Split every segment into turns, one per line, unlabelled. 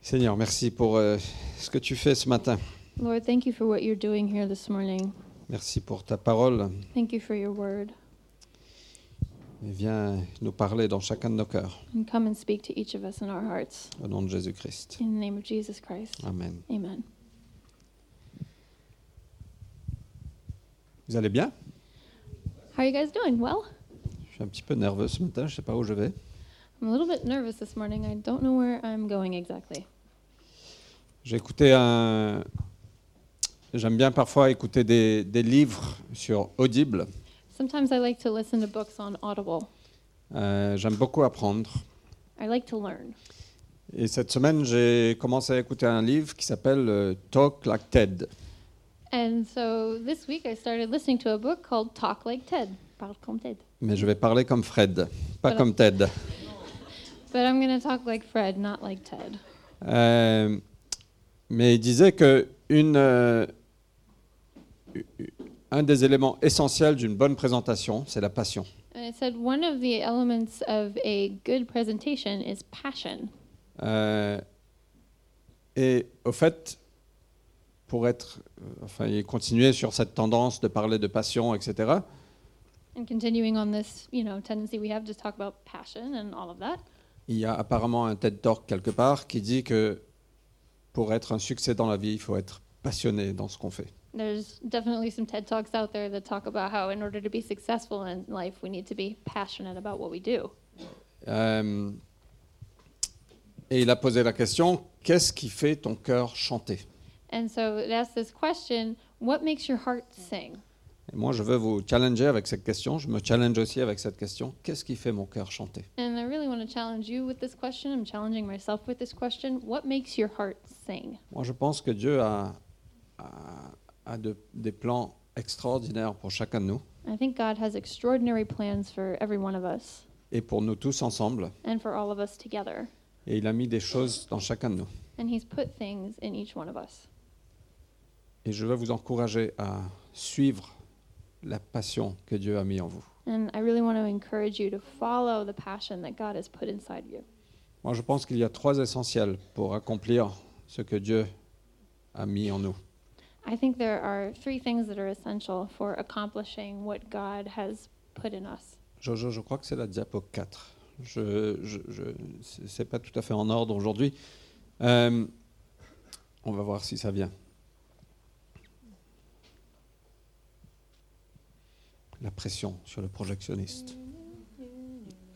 Seigneur, merci pour euh, ce que tu fais ce matin.
Lord, thank you for what you're doing here this morning.
Merci pour ta parole.
Thank you for your word.
Et viens nous parler dans chacun de nos cœurs.
And come and speak to each of us in our hearts.
Au nom de Jésus-Christ.
In the name of Jesus Christ.
Amen.
Amen.
Vous allez bien
How are you guys doing? Well,
Je suis un petit peu nerveux ce matin, je ne sais pas où je vais.
I'm a little bit nervous this morning. I don't know where I'm going exactly.
J'ai écouté un... J'aime bien parfois écouter des, des livres sur Audible.
Sometimes I like to listen to books on Audible.
Euh, J'aime beaucoup apprendre.
I like to learn.
Et cette semaine, j'ai commencé à écouter un livre qui s'appelle euh, Talk Like TED.
And so this week I started listening to a book called Talk Like Ted. Parle comme Ted.
Mais je vais parler comme Fred, pas
Voilà.
comme TED.
But I'm going to talk like Fred, not like Ted.
Euh, mais il disait que une, euh, un des éléments essentiels d'une bonne présentation, c'est la passion.
And it said one of the elements of a good presentation is passion.
Euh, et au fait, pour être, euh, enfin, et continuer sur cette tendance de parler de passion, etc.
And continuing on this, you know, tendency we have to talk about passion and all of that.
Il y a apparemment un TED Talk quelque part qui dit que pour être un succès dans la vie, il faut être passionné dans ce qu'on fait.
There's definitely some TED Talks out there that talk about how in order to be successful in life, we need to be passionate about what we do.
Euh, et il a posé la question qu'est-ce qui fait ton cœur chanter
And so it asks this question, what makes your heart sing?
Et moi, je veux vous challenger avec cette question. Je me challenge aussi avec cette question. Qu'est-ce qui fait mon cœur chanter
And I really want to challenge you with this question. I'm challenging myself with this question. What makes your heart sing?
Moi, je pense que Dieu a, a- a de- des plans extraordinaires pour chacun de nous
I think God has extraordinary plans for every one of us
et pour nous tous ensemble.
and for all of us together.
Et il a mis des choses dans chacun de nous.
And He's put things in each one of us.
Et je veux vous encourager à suivre la passion que Dieu a mis en vous.
And I really want to encourage you to follow the passion that God has put inside you.
Moi, je pense qu'il y a trois essentiels pour accomplir ce que Dieu a mis en nous.
I think there are three things that are essential for accomplishing what God has put in us.
Jojo, je crois que c'est la diapo 4. Je, je, je- c'est- c'est pas tout à fait en ordre aujourd'hui. Euh, on va voir si ça vient. La pression sur le projectionniste.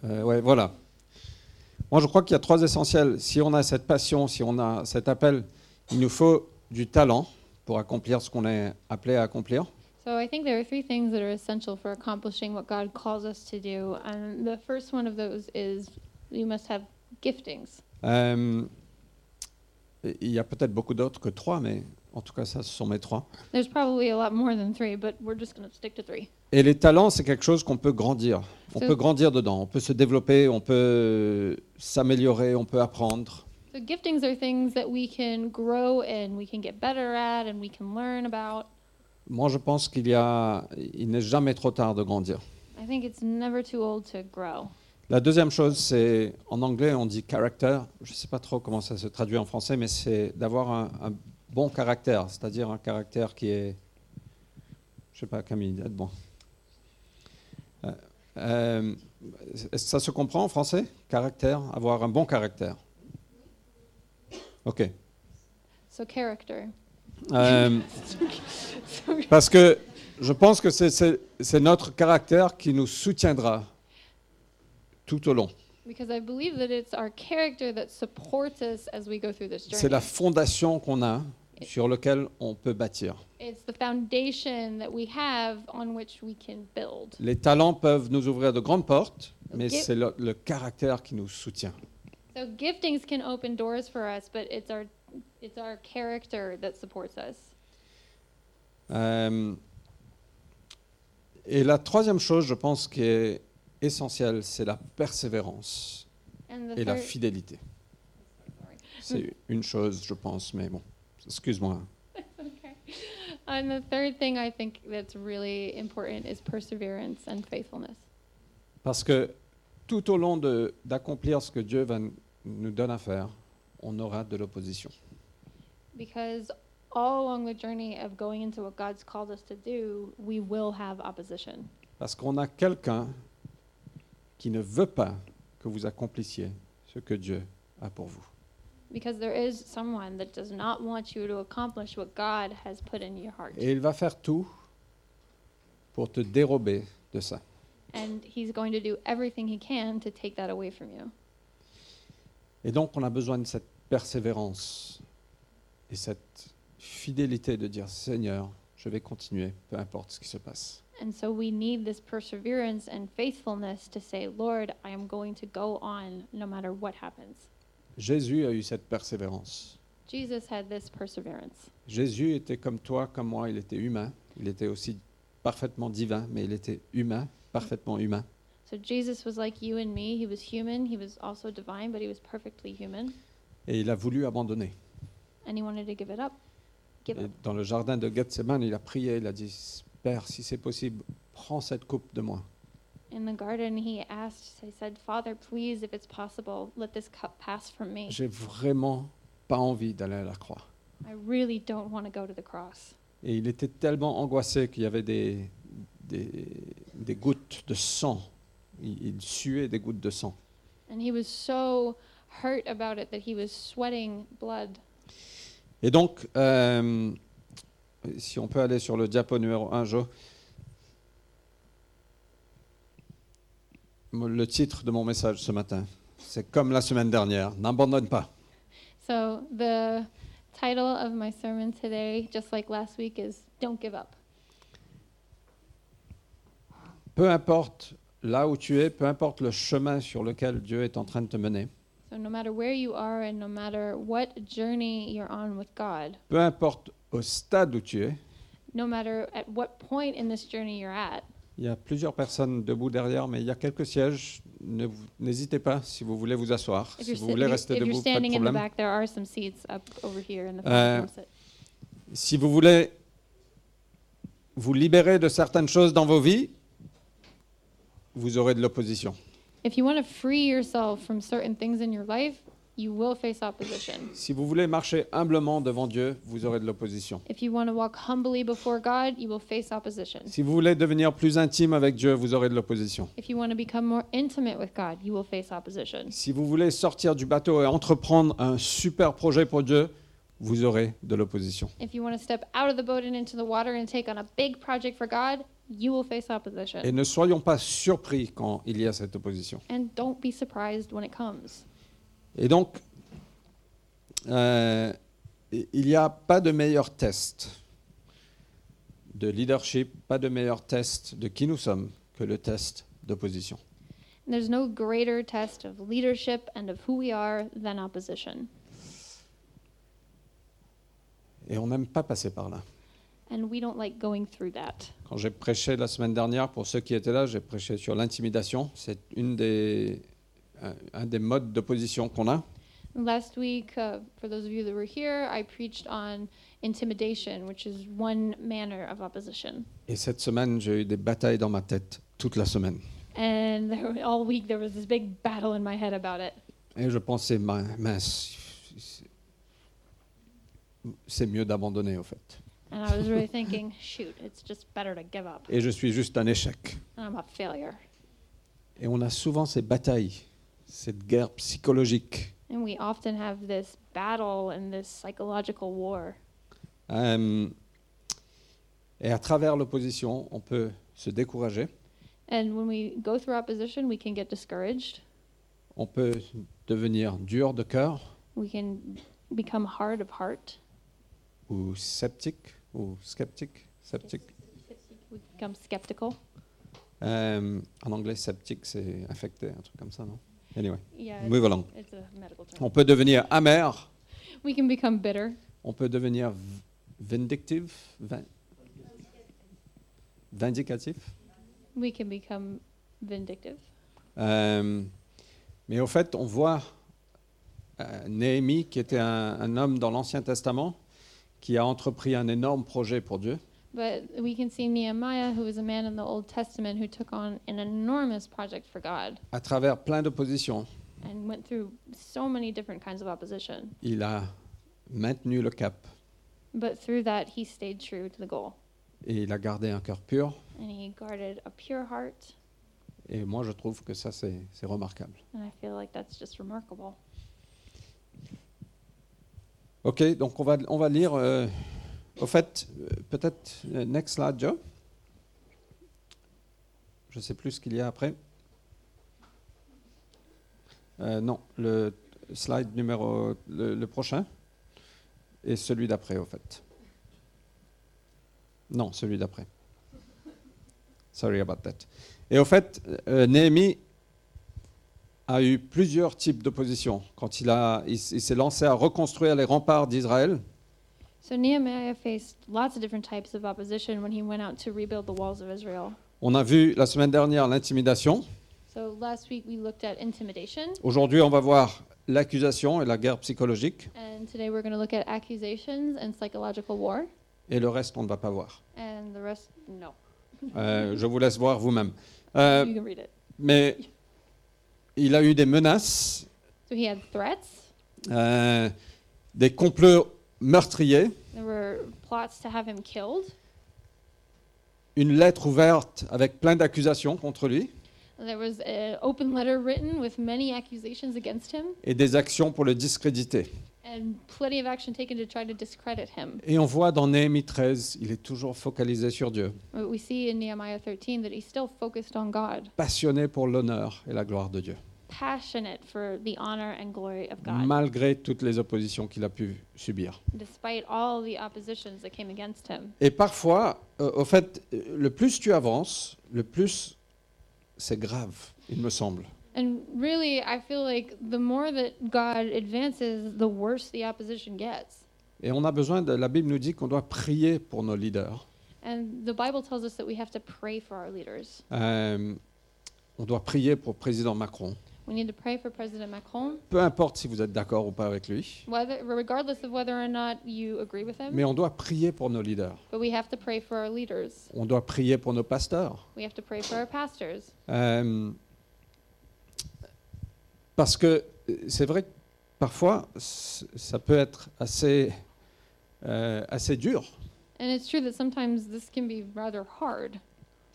Euh, ouais, voilà. Moi, je crois qu'il y a trois essentiels. Si on a cette passion, si on a cet appel, il nous faut du talent pour accomplir ce qu'on est appelé à accomplir.
So I think there are three things that are essential for accomplishing what God calls us to do. And the first one of those is you must have giftings.
Euh, il y a peut-être beaucoup d'autres que trois, mais en tout cas, ça, ce sont mes trois.
There's probably a lot more than three, but we're just going to stick to three.
Et les talents, c'est quelque chose qu'on peut grandir. On
C'est-
peut grandir dedans, on peut se développer, on peut s'améliorer, on peut apprendre.
So giftings are things that we can grow in, we can get better at, and we can learn about.
Moi, je pense qu'il y a, il n'est jamais trop tard de grandir.
I think it's never too old to grow.
La deuxième chose, c'est en anglais, on dit character. Je ne sais pas trop comment ça se traduit en français, mais c'est d'avoir un, un bon caractère, c'est-à-dire un caractère qui est. Je sais pas, Camille, aide bon. euh, ça se comprend en français Caractère, avoir un bon caractère. Ok.
So character.
Euh, parce que je pense que c'est- c'est c'est notre caractère qui nous soutiendra tout au long.
Because I believe that it's our character that supports us as we go through this
C'est
journey.
la fondation qu'on a sur laquelle on peut bâtir.
It's the foundation that we have on which we can build.
Les talents peuvent nous ouvrir de grandes portes, mais
Ok.
c'est le, le caractère qui nous soutient.
So giftings can open doors for us, but it's our it's our character that supports us.
Euh, et la troisième chose, je pense, qui est essentielle, c'est la persévérance
And the
et la
third, Hmm.
fidélité. C'est une chose, je pense, mais bon, excuse-moi.
and the third thing I think that's really important is perseverance and faithfulness.
Parce que tout au long de- d'accomplir ce que Dieu va n- nous donne à faire, on aura de l'opposition.
Because all along the journey of going into what God's called us to do, we will have opposition.
Parce qu'on a quelqu'un qui ne veut pas que vous accomplissiez ce que Dieu a pour vous.
Because there is someone that does not want you to accomplish what God has put in your heart.
Et il va faire tout pour te dérober de ça.
And He's going to do everything He can to take that away from you.
Et donc, on a besoin de cette persévérance et cette fidélité de dire Seigneur, je vais continuer, peu importe ce qui se passe.
And so we need this perseverance and faithfulness to say, Lord, I am going to go on no matter what happens.
Jésus a eu cette persévérance.
Jesus had this perseverance.
Jésus était comme toi, comme moi, il était humain. Il était aussi parfaitement divin, mais il était humain, parfaitement humain.
So Jesus was like you and me. He was human, he was also divine, but he was perfectly human.
Et il a voulu abandonner.
And he wanted to give it up. Give
Et
up.
Euh, dans le jardin de Gethsemane, il a prié, il a dit Père, si c'est possible, prends cette coupe de moi.
In the garden, he asked, he said, Father, please, if it's possible, let this cup pass from me.
J'ai vraiment pas envie d'aller à la croix.
I really don't want to go to the cross.
Et il était tellement angoissé qu'il y avait des, des, des gouttes de sang. Il, il suait des gouttes de sang.
And he was so hurt about it that he was sweating blood.
Et donc, euh, si on peut aller sur le diapo numéro 1, Joe. Mo- Le titre de mon message ce matin, c'est comme la semaine dernière, n'abandonne pas.
So the title of my sermon today, just like last week, is Don't Give Up.
Peu importe là où tu es, peu importe le chemin sur lequel Dieu est en train de te mener,
So no matter where you are and no matter what journey you're on with God,
peu importe au stade où tu es,
no matter at what point in this journey you're at,
Il y a plusieurs personnes debout derrière, mais il y a quelques sièges. Ne vous- N'hésitez pas si vous voulez vous asseoir.
if
si
you're,
vous
sit-
voulez
if-
rester
if you're
debout, pas de
standing in the
problème.
back, there are some seats up over here in the
Euh,
front. row.
Si vous voulez vous libérer de certaines choses dans vos vies, vous aurez de l'opposition.
if you want to free yourself from certain things in your life, you will face opposition.
Si vous voulez marcher humblement devant Dieu, vous aurez de l'opposition.
If you want to walk humbly before God, you will face opposition.
Si vous voulez devenir plus intime avec Dieu, vous aurez de l'opposition.
If you want to become more intimate with God, you will face opposition.
Si vous voulez sortir du bateau et entreprendre un super projet pour Dieu, vous aurez de l'opposition.
If you want to step out of the boat and into the water and take on a big project for God, you will face opposition.
Et ne soyons pas surpris quand il y a cette opposition.
and don't be surprised when it comes.
Et donc, euh, i- il n'y a pas de meilleur test de leadership, pas de meilleur test de qui nous sommes que le test d'opposition.
And There's no greater test of leadership and of who we are than opposition.
Et on n'aime pas passer par là.
And we don't like going through that.
Quand j'ai prêché la semaine dernière, pour ceux qui étaient là, j'ai prêché sur l'intimidation. C'est une des, un, un des modes d'opposition qu'on a.
Last week, uh, for those of you that were here, I preached on intimidation, which is one manner of opposition.
Et cette semaine, j'ai eu des batailles dans ma tête toute la semaine.
And there, were- all week, there was this big battle in my head about it.
Et je pensais, min- mince, c'est- c'est mieux d'abandonner, au fait.
And I was really thinking, shoot, it's just better to give up.
et je suis juste un échec.
And I'm a failure.
Et on a souvent ces batailles, cette guerre psychologique.
And we often have this battle and this psychological war.
Euh, et à travers l'opposition, on peut se décourager,
And when we go through opposition, we can get discouraged.
on peut devenir dur de cœur
We can become hard of heart.
ou sceptique ou sceptique, sceptique.
We become skeptical.
Euh, en anglais, sceptique, c'est affecté, un truc comme ça, non Anyway,
Yeah,
move along.
it's a medical term.
On peut devenir amer,
We can become bitter.
on peut devenir v- vindictif, vin- vindicatif.
We can become vindictive.
Euh, mais au fait, on voit euh, Néhémie, qui était un, un homme dans l'Ancien Testament, qui a entrepris un énorme projet pour Dieu.
But we can see Nehemiah, who was a man in the Old Testament who took on an enormous project for God.
À travers plein d'oppositions,
and went through so many different kinds of opposition.
Il a maintenu le cap
But through that, he stayed true to the goal.
et il a gardé un cœur pur.
And he guarded a pure heart.
Et moi, je trouve que ça, c'est c'est remarquable.
And I feel like that's just remarkable.
Ok, donc on va, on va lire. euh, au fait, euh, peut-être euh, next slide, Joe. Je ne sais plus ce qu'il y a après. Euh, non, le slide numéro. le, le prochain. Et celui d'après, au fait. Non, celui d'après. Sorry about that. Et au fait, euh, Néhémie a eu plusieurs types d'opposition quand il, a- il s- il s'est lancé à reconstruire les remparts d'Israël.
So Nehemiah faced lots of different types of opposition when he went out to rebuild the walls of Israel.
On a vu la semaine dernière l'intimidation.
So last week we looked at intimidation,
Aujourd'hui, on va voir l'accusation et la guerre psychologique.
and today we're going to look at accusations and psychological war,
Et le reste, on ne va pas voir.
and the rest, no.
Euh, je vous laisse voir vous-même. Euh,
you can read it.
mais il a eu des menaces,
So he had threats.
euh, des complots meurtriers,
There were plots to have him killed.
une lettre ouverte avec plein d'accusations contre lui
There was an open letter written with many accusations against him
et des actions pour le discréditer.
and plenty of action taken to try to discredit him.
Et on voit dans Néhémie 13, il est toujours focalisé sur Dieu.
But we see in Nehemiah 13 that he's still focused on God,
passionné pour l'honneur et la gloire de Dieu,
passionate for the honor and glory of God,
malgré toutes les oppositions qu'il a pu subir.
despite all the oppositions that came against him.
Et parfois, euh, au fait, euh, le plus tu avances, le plus c'est grave, il me semble.
And really, I feel like the more that God advances, the worse the opposition gets.
Et on a besoin de. La Bible nous dit qu'on doit prier pour nos leaders.
And the Bible tells us that we have to pray for our leaders.
Euh, on doit prier pour président Macron.
We need to pray for President Macron,
Peu importe si vous êtes d'accord ou pas avec lui,
whether, regardless of whether or not you agree with him.
mais on doit prier pour nos leaders.
But we have to pray for our leaders.
On doit prier pour nos pasteurs.
We have to pray for our pastors.
Euh, parce que euh, c'est vrai que parfois, c- ça peut être assez, euh, assez dur.
And it's true that sometimes this can be rather hard.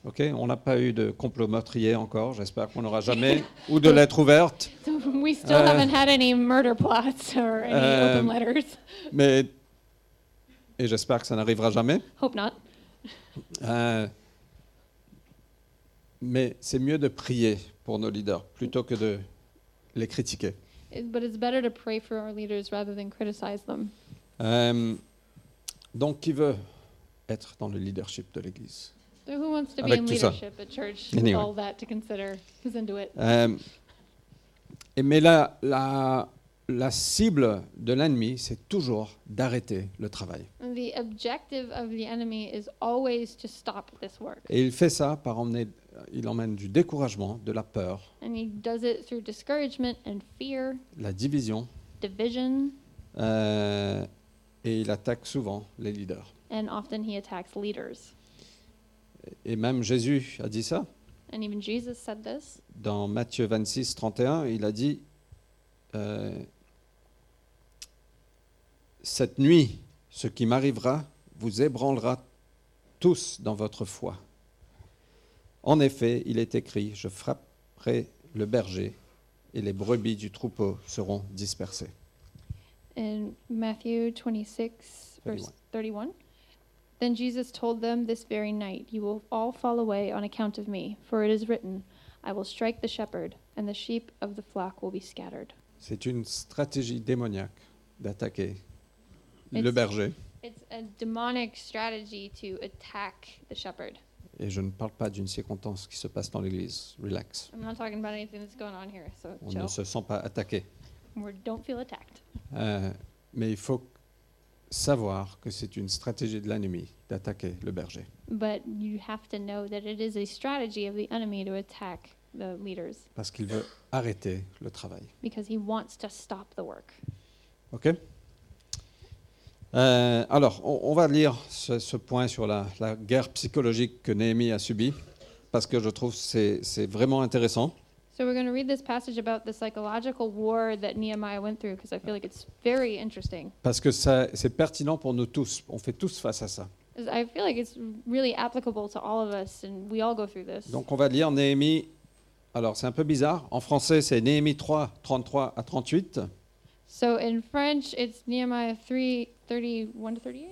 ok on n'a pas eu de complot meurtrier encore, j'espère qu'on n'aura jamais, ou de lettres ouvertes.
So we still
Uh,
haven't had any murder plots or any open
um,
letters.
Mais, et j'espère que ça n'arrivera jamais.
Hope not.
Euh, mais c'est mieux de prier pour nos leaders plutôt que de les critiquer.
It- But it's better to pray for our leaders rather than criticize them.
Euh, donc, qui veut être dans le leadership de l'Église
So who wants to be
Avec
in
tout ça.
leadership at church with
Anyway.
all that to consider? Who's into it?
Euh, et mais la, la, la cible de l'ennemi, c'est toujours d'arrêter le travail.
And the objective of the enemy is always to stop this work.
Et il fait ça par emmener, il emmène du découragement, de la peur,
And he does it through discouragement and fear,
la division,
division,
euh, et il attaque souvent les leaders.
and often he attacks leaders.
Et même Jésus a dit ça.
And even Jesus said this.
Dans Matthieu 26, 31, il a dit, euh, Cette nuit, ce qui m'arrivera vous ébranlera tous dans votre foi. En effet, il est écrit, Je frapperai le berger, et les brebis du troupeau seront dispersées.
In Matthew 26, verse
31.
31, then Jesus told them this very night, You will all fall away on account of me, for it is written, I will strike the shepherd, and the sheep of the flock will be scattered.
C'est une stratégie démoniaque d'attaquer le
It's-
berger.
It's a demonic strategy to attack the shepherd.
Et je ne parle pas d'une circonstance qui se passe dans l'Église. Relax.
I'm not talking about anything that's going on here, so
On ne
chill.
se sent pas attaqué.
We don't feel attacked.
Euh, mais il faut savoir que c'est une stratégie de l'ennemi d'attaquer le berger.
But you have to know that it is a strategy of the enemy to attack the leaders
Parce qu'il veut arrêter le travail.
because he wants to stop the work.
OK Euh, Alors, on, on va lire ce, ce point sur la, la guerre psychologique que Néhémie a subie. Parce que je trouve que c'est c'est vraiment intéressant.
So we're going to read this passage about the psychological war that Nehemiah went through because I feel like it's very interesting.
Parce que ça- c'est pertinent pour nous tous. On fait tous face à ça.
'Cause I feel like it's really applicable to all of us and we all go through this.
Donc on va lire Néhémie. Alors c'est un peu bizarre. En français, c'est Néhémie 3, 33 à 38.
So in French, it's Nehemiah 3 31 to 38?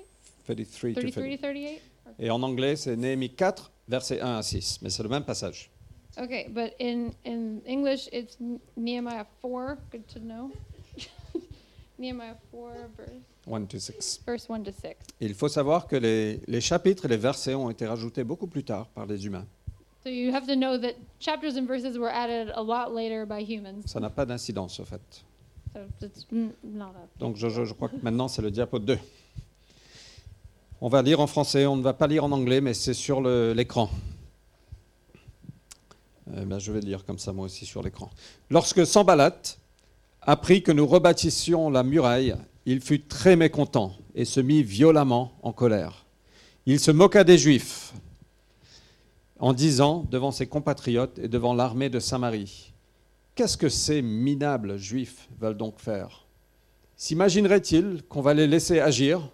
33 to
33 to
38.
38?
Et en anglais, c'est Néhémie 4, versets 1 à 6. Mais c'est le même passage.
Okay, but in, in English, it's N- Nehemiah 4. Good to know. Nehemiah 4, verse,
1 to 6.
verse 1 to 6.
Et il faut savoir que les, les chapitres et les versets ont été rajoutés beaucoup plus tard par les humains.
So you have to know that chapters and verses were added a lot later by humans.
Ça n'a pas d'incidence, au fait.
So it's n- not a.
Donc je, je- je crois que maintenant c'est le diapo 2. On va lire en français, on ne va pas lire en anglais, mais c'est sur le- l'écran. Eh ben, je vais lire comme ça moi aussi sur l'écran. Lorsque Sambalat apprit que nous rebâtissions la muraille, il fut très mécontent et se mit violemment en colère. Il se moqua des Juifs en disant devant ses compatriotes et devant l'armée de Samarie, Qu'est-ce que ces minables Juifs veulent donc faire S'imaginerait-il qu'on va les laisser agir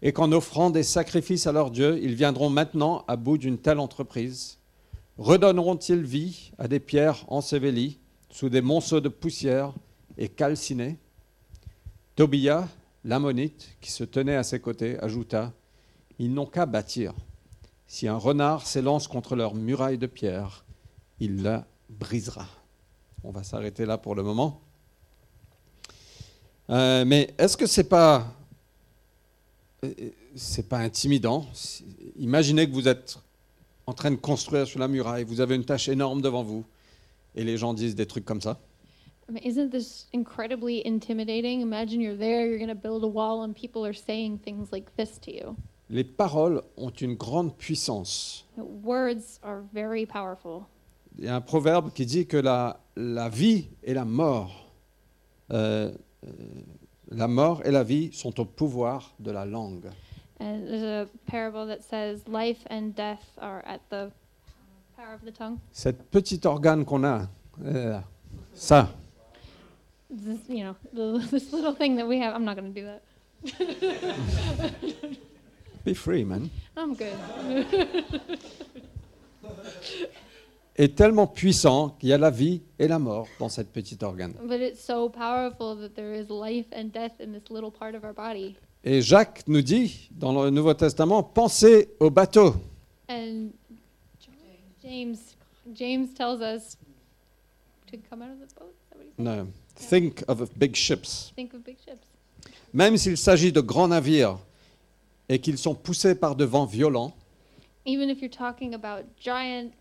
et qu'en offrant des sacrifices à leur Dieu, ils viendront maintenant à bout d'une telle entreprise Redonneront-ils vie à des pierres ensevelies sous des monceaux de poussière et calcinées Tobia, l'ammonite, qui se tenait à ses côtés, ajouta Ils n'ont qu'à bâtir. Si un renard s'élance contre leur muraille de pierre, il la brisera. On va s'arrêter là pour le moment. Euh, mais est-ce que c'est pas euh, euh, c'est pas intimidant Si- Imaginez que vous êtes en train de construire sur la muraille, vous avez une tâche énorme devant vous, et les gens disent des trucs comme ça.
I mean, isn't this incredibly intimidating? Imagine you're there, you're going to build a wall, and people are saying things like this to you.
Les paroles ont une grande puissance.
Words are very powerful.
Il y a un proverbe qui dit que la, la vie et la mort, euh, euh, la mort et la vie sont au pouvoir de la langue.
And there's a parable that says, Life and death are at the power of the tongue.
Cette petite organe qu'on a, euh, ça,
This, you know, the, this little thing that we have. I'm not going to do that.
be free man.
I'm good.
est tellement puissant qu'il y a la vie et la mort dans cette petite organe.
but it's so powerful that there is life and death in this little part of our body.
Et Jacques nous dit dans le Nouveau Testament, pensez au bateau.
And James, James tells us to come out of the boat. Is that what he said?
No, think of big ships.
Think of big ships.
Même s'il s'agit de grands navires et qu'ils sont poussés par de vents violents,
Even if you're talking about giant,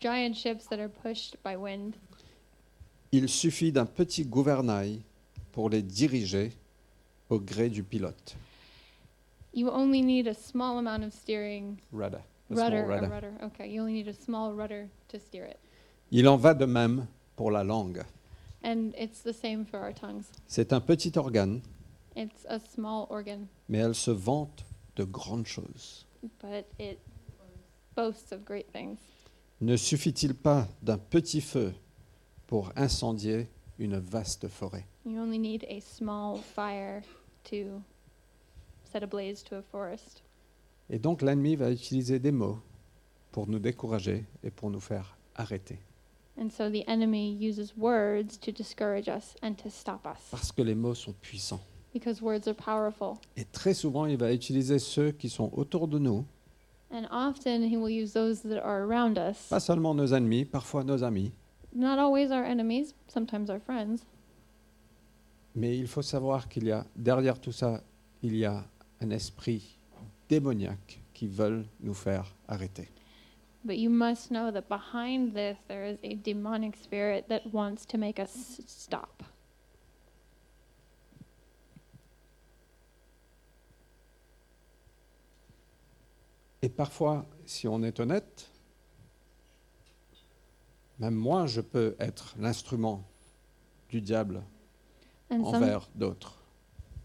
giant ships that are pushed by wind,
il suffit d'un petit gouvernail pour les diriger au gré du pilote.
you only need a small amount of steering
Rudder. a small
rudder.
rudder.
A rudder. Okay, you only need a small rudder to steer it.
Il en va de même pour la langue.
And it's the same for our tongues.
C'est un petit organe,
It's a small organ,
mais elle se vante de grandes choses.
but it boasts of great things.
Ne suffit-il pas d'un petit feu pour incendier une vaste forêt
You only need a small fire to set ablaze to a forest.
Et donc l'ennemi va utiliser des mots pour nous décourager et pour nous faire arrêter.
And so the enemy uses words to discourage us and to stop us
Parce que les mots sont puissants.
because words are powerful.
Et très souvent, il va utiliser ceux qui sont autour de nous,
And often he will use those that are around us,
pas seulement nos ennemis, parfois nos amis.
not always our enemies, sometimes our friends.
Mais il faut savoir qu'il y a, derrière tout ça, il y a un esprit démoniaque qui veulent nous faire arrêter.
But you must know that behind this there is a demonic spirit that wants to make us s- stop.
Et parfois, si on est honnête, même moi, je peux être l'instrument du diable
And some-
envers d'autres.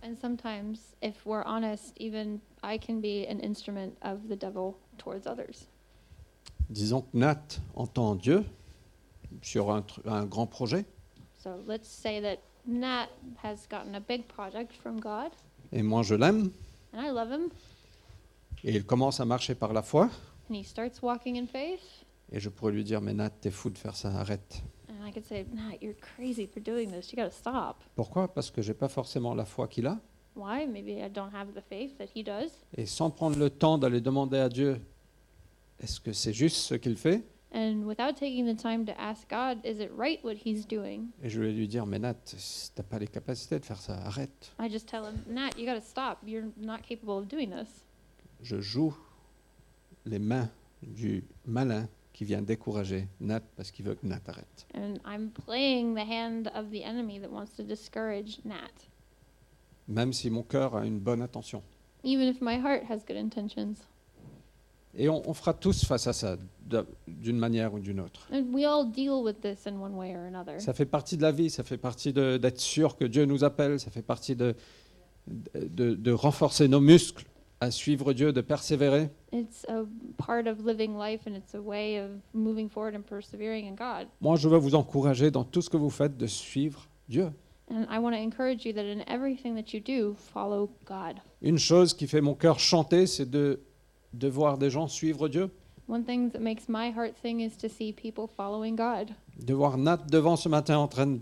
And sometimes, if we're honest, even I can be an instrument of the devil towards others.
Disons que Nat entend Dieu, sur un, tr- un grand projet.
So let's say that Nat has gotten a big project from God,
Et moi, je l'aime.
and I love him,
Et il commence à marcher par la foi.
and he starts walking in faith.
Et je pourrais lui dire, mais Nat, t'es fou de faire ça, arrête.
And I could say, Nat, you're crazy for doing this. You got to stop.
Pourquoi Parce que j'ai pas forcément la foi qu'il a.
Why? Maybe I don't have the faith that he does.
Et sans prendre le temps d'aller demander à Dieu, est-ce que c'est juste ce qu'il fait
And without taking the time to ask God, is it right what he's doing?
Et je vais lui dire, mais Nat, si t'as pas les capacités de faire ça, arrête.
I just tell him, Nat, you got to stop. You're not capable of doing this.
Je joue les mains du malin qui vient décourager Nat parce qu'il veut que Nat arrête.
And I'm playing the hand of the enemy that wants to discourage Nat,
Même si mon cœur a une bonne intention.
even if my heart has good intentions.
Et on, on fera tous face à ça, d'un- d'une manière ou d'une autre.
And we all deal with this in one way or another.
Ça fait partie de la vie, ça fait partie de- d'être sûr que Dieu nous appelle, ça fait partie de, de, de renforcer nos muscles à suivre Dieu, de persévérer.
It's a part of living life and it's a way of moving forward and persevering in God.
Moi, je veux vous encourager dans tout ce que vous faites de suivre Dieu.
And I want to encourage you that in everything that you do, follow God.
Une chose qui fait mon cœur chanter, c'est de, de voir des gens suivre Dieu,
One thing that makes my heart sing is to see people following God.
de voir Nat devant ce matin en train de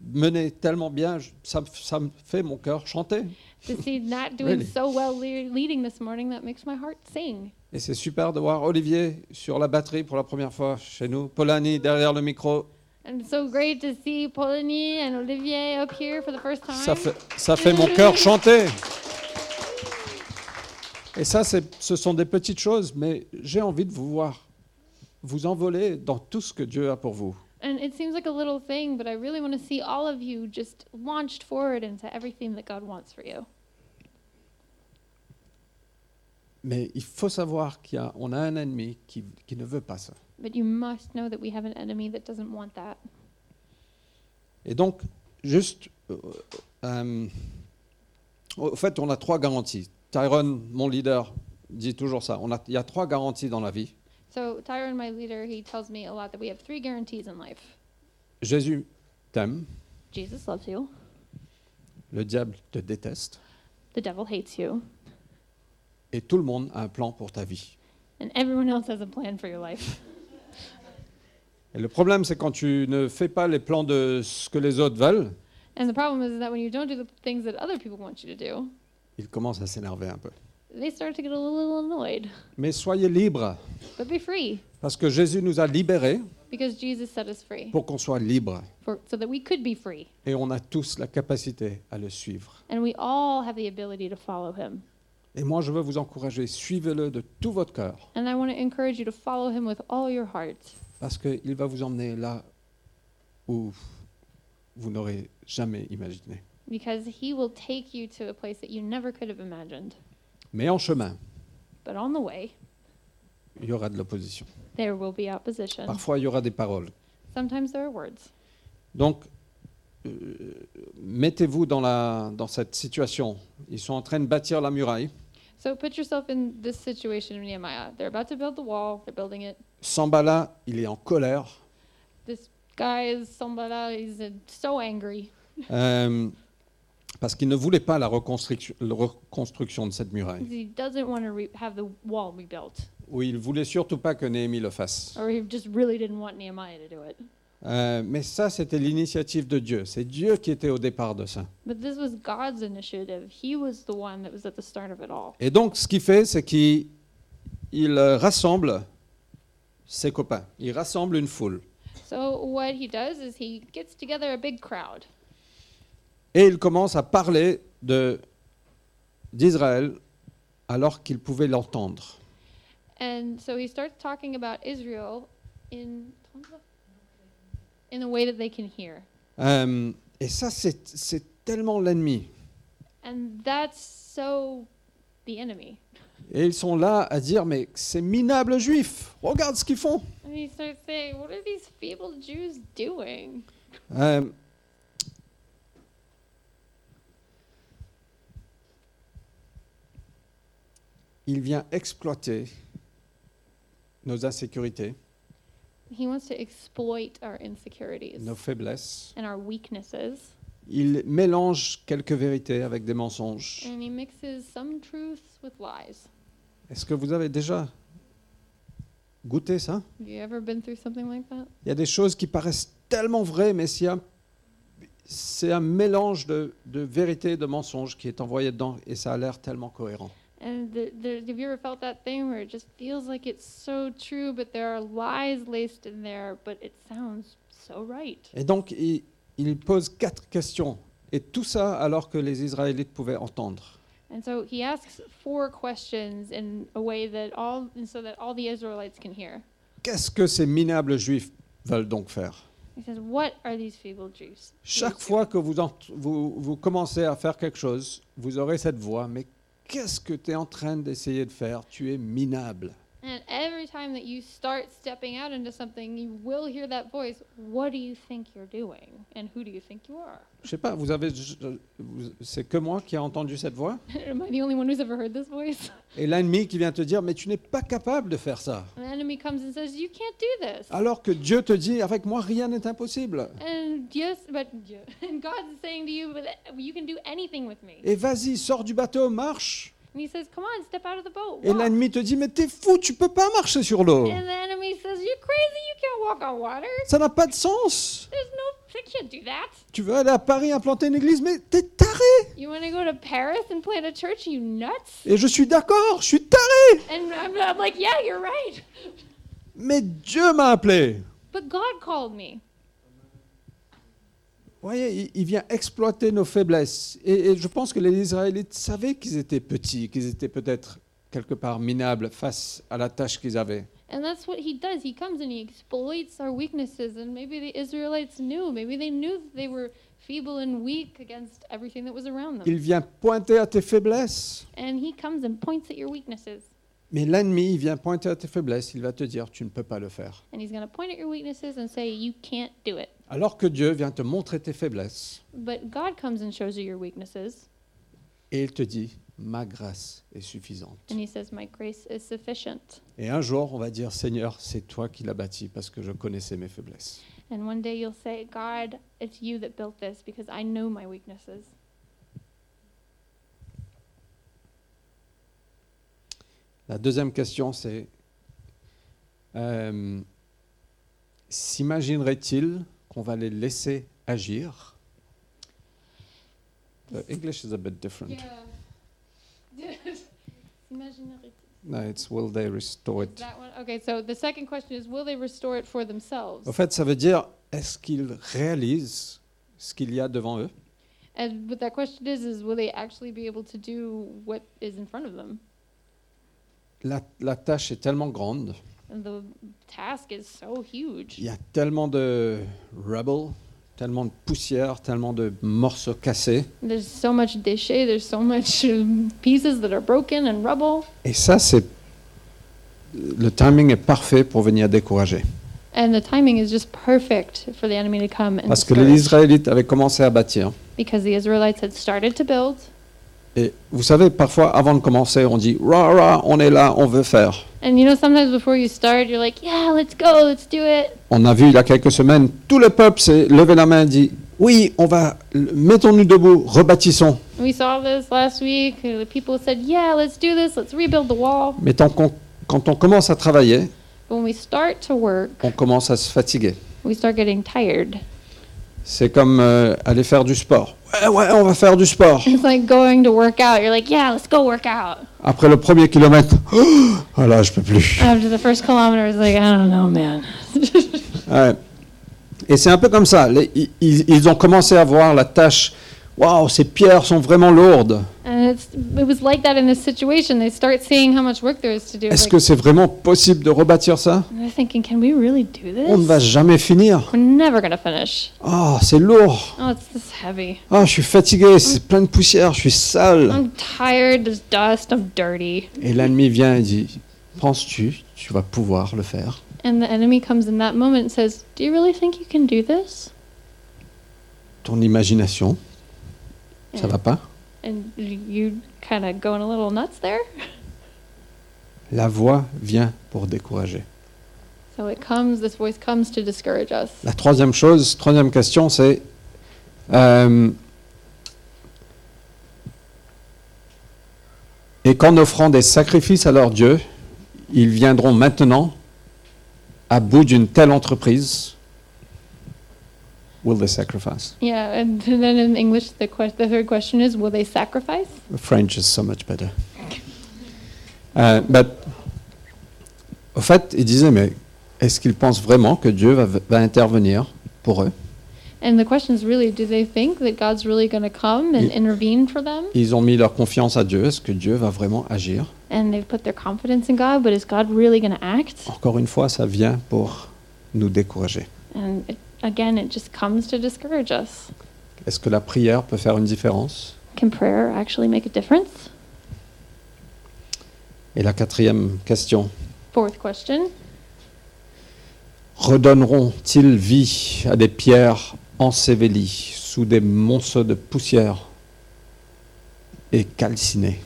mener tellement bien, je- ça, me- ça me fait mon cœur chanter.
To see Nat doing
Really?
so well le- leading this morning, that makes my heart sing.
Et c'est super de voir Olivier sur la batterie pour la première fois chez nous, Polanyi derrière le micro.
And it's so great to see Polony and Olivier up here for the first time.
Ça fait, ça fait mon cœur chanter. Et ça, c'est- ce sont des petites choses, mais j'ai envie de vous voir vous envoler dans tout ce que Dieu a pour vous.
And it seems like a little thing, but I really want to see all of you just launched forward into everything that God wants for you.
Mais il faut savoir qu'on a, un ennemi qui, qui ne veut pas ça.
But you must know that we have an enemy that doesn't want that.
Et donc, juste, euh, euh, au fait, on a trois garanties. Tyrone, mon leader, dit toujours ça. On a- il y a trois garanties dans la vie.
So Tyron, my leader, he tells me a lot that we have three guarantees in life.
Jésus t'aime,
Jesus loves you,
le diable te déteste,
the devil hates you,
et tout le monde a un plan pour ta vie.
and everyone else has a plan for your life.
Et le problème, c'est quand tu ne fais pas les plans de ce que les autres veulent,
And the problem is that when you don't do the things that other people want you to do,
ils commencent à s'énerver un peu.
they start to get a little annoyed.
Mais soyez libres,
But be free,
parce que Jésus nous a libérés
because Jesus set us free,
pour qu'on soit libres.
for, so that we could be free.
Et on a tous la capacité à le suivre.
And we all have the ability to follow him.
Et moi, je veux vous encourager, suivez-le de tout votre cœur,
And I want to encourage you to follow him with all your heart
parce qu'il va vous emmener là où vous n'aurez jamais imaginé.
because he will take you to a place that you never could have imagined.
Mais en chemin,
But on the way,
il y aura de l'opposition.
there will be opposition.
Parfois, il y aura des paroles.
Sometimes there are words.
Donc, euh, mettez-vous dans, la- dans cette situation. Ils sont en train de bâtir la muraille.
So put yourself in this situation of Nehemiah. They're about to build the wall, they're building it.
Sambala, il est en colère.
This guy is Sombara, he's uh, so angry
euh, parce qu'il ne voulait pas la reconstruction, la reconstruction de cette muraille.
because he doesn't want to re- have the wall rebuilt,
Ou il voulait surtout pas que Néhémie le fasse.
or he just really didn't want Nehemiah to do it.
Euh, mais ça, c'était l'initiative de Dieu. C'est Dieu qui était au départ de ça.
But this was God's initiative. He was the one that was at the start of it all.
Et donc, ce qu'il fait, c'est qu'il il, euh, rassemble ses copains. Il rassemble une foule.
So what he does is he gets together a big crowd
Et il commence à parler de- d'Israël alors qu'il pouvait l'entendre.
and so he starts talking about Israel in in a way that they can hear.
Euh, et ça, c'est c'est tellement l'ennemi.
And that's so the enemy.
Et ils sont là à dire, mais ces minables juifs, regarde ce qu'ils font.
And he starts saying, What are these feeble Jews doing?
Euh, il vient exploiter nos insécurités
He wants to exploit our insecurities
nos faiblesses.
and our weaknesses.
Il mélange quelques vérités avec des mensonges.
And he mixes some truths with lies.
Est-ce que vous avez déjà goûté ça
Have you ever been through something like that?
Il y a des choses qui paraissent tellement vraies, mais c'est un, c'est un mélange de, de vérité et de mensonge qui est envoyé dedans, et ça a l'air tellement cohérent.
And the, the, have you ever felt that thing where it just feels like it's so true, but there are lies laced in there, but it sounds so right?
Et donc, il, il pose quatre questions, et tout ça alors que les Israélites pouvaient entendre.
And so he asks four questions in a way that all, and so that all the Israelites can hear.
Qu'est-ce que ces minables juifs veulent donc faire
He says, "What are these feeble Jews?"
Chaque fois que vous, ent- vous, vous commencez à faire quelque chose, vous aurez cette voix, mais qu'est-ce que tu es en train d'essayer de faire Tu es minable.
And every time that you start stepping out into something, you will hear that voice. What do you think you're doing? And who do you think you are?
Je sais pas, vous avez, je- vous- c'est que moi qui ai entendu cette voix
Am I the only one who's ever heard this voice?
Et l'ennemi qui vient te dire, mais tu n'es pas capable de faire ça.
An enemy comes and says, "You can't do this."
Alors que Dieu te dit, avec moi, rien n'est impossible.
And yes, but and God's saying to you, "But uh, you can do anything with me."
Et vas-y, sors du bateau, marche.
And He says, "Come on, step out of the boat."
Et
walk."
l'ennemi te dit, mais t'es fou, tu peux pas marcher sur l'eau.
And the enemy says, "You're crazy. You can't walk on water.
Ça n'a pas de sens.
There's no, I can't do that."
Tu veux aller à Paris implanter une église, mais t'es taré.
You want to go to Paris and plant a church? You nuts?
Et je suis d'accord, je suis taré.
And I'm, I'm like, yeah, you're right.
Mais Dieu m'a appelé.
But God called me.
Vous voyez, il- il vient exploiter nos faiblesses. Et, et je pense que les Israélites savaient qu'ils étaient petits, qu'ils étaient peut-être quelque part minables face à la tâche qu'ils avaient.
And that's what he does. He comes and he exploits our weaknesses. And maybe the Israelites knew. Maybe they knew that they were feeble and weak against everything that was around them.
Il vient pointer à tes faiblesses.
And he comes and points at your weaknesses.
Mais l'ennemi, il vient pointer à tes faiblesses, il va te dire, tu ne peux pas le faire.
And he's going to point at your weaknesses and say, you can't do it.
Alors que Dieu vient te montrer tes faiblesses
But God comes and shows you your weaknesses.
et il te dit, ma grâce est suffisante.
And he says, my grace is sufficient.
Et un jour, on va dire, Seigneur, c'est toi qui l'as bâti parce que je connaissais mes faiblesses.
And one day you'll say, God, it's you that built this because I know my weaknesses.
La deuxième question, c'est, euh, s'imaginerait-il qu'on va les laisser agir The English is a bit different.
Yeah. Imaginary.
No, it's will they restore it?
That one. Okay, so the second question is will they restore it for themselves?
En fait, ça veut dire est-ce qu'ils réalisent ce qu'il y a devant eux
And what that question is is will they actually be able to do what is in front of them?
la, la tâche est tellement grande,
And the task is so
il
huge.
y a tellement de rubble, tellement de poussière, tellement de morceaux cassés.
There's so much déchet, there's so much um, pieces that are broken and rubble.
Et ça, c'est le timing est parfait pour venir décourager.
And the timing is just perfect for the enemy to come and
Parce que les
discourage.
Israélites avaient commencé à bâtir.
because the Israelites had started to build.
Et vous savez, parfois, avant de commencer, on dit rah rah, on est là, on veut faire.
And you know, sometimes before you start, you're like, yeah, let's go, let's do it.
On a vu il y a quelques semaines, tout le peuple s'est levé la main et dit oui, on va, mettons-nous debout, rebâtissons.
We saw this last week. uh, The people said, yeah, let's do this. Let's rebuild the wall.
Mais tant qu'on- quand on commence à travailler,
But when we start to work,
on commence à se fatiguer.
we start getting tired.
C'est comme euh, aller faire du sport. Ouais, ouais, on va faire du sport.
It's like going to work out. You're like, yeah, let's go work out.
Après le premier kilomètre, oh ah là, je peux plus.
After the first kilometer, it's like, I don't know, man.
Ouais. Et c'est un peu comme ça. Les- i- ils, ils ont commencé à voir la tâche. Waouh, ces pierres sont vraiment lourdes.
and it's, it was like that in this situation. They start seeing how much work there is to do.
Est-ce
Like,
que c'est vraiment possible de rebâtir ça
and they're thinking, can we really do this?
On ne va jamais finir.
We're never going to finish.
Ah, c'est lourd.
Oh, it's this heavy.
Ah, je suis fatigué. C'est plein de poussière. Je suis sale.
I'm tired. There's dust. I'm dirty.
Et l'ennemi vient et dit Penses-tu, tu vas pouvoir le faire
And the enemy comes in that moment and says, Do you really think you can do this?
ton imagination, ça va pas
And you kind of going a little nuts there.
La voix vient pour décourager.
So it comes, this voice comes to discourage us.
La troisième chose, troisième question, c'est euh, et qu'en offrant des sacrifices à leur Dieu, ils viendront maintenant à bout d'une telle entreprise. Will they sacrifice?
Yeah, and then in English, the, que- the third question is Will they sacrifice?
French is so much better. Euh, but, au fait, il disait, mais est-ce qu'ils pensent vraiment que Dieu va, va intervenir pour eux
And the question is really Do they think that God's really going to come and
Y-
intervene for them?
Ils ont mis leur confiance à Dieu. Est-ce que Dieu va vraiment agir
And they've put their confidence in God, but is God really going to act?
Encore une fois, ça vient pour nous décourager.
And it, again, it just comes to discourage us.
Est-ce que la prière peut faire une différence
Can prayer actually make a difference?
Et la quatrième question,
Fourth question
redonneront-ils vie à des pierres ensevelies sous des monceaux de poussière et calcinées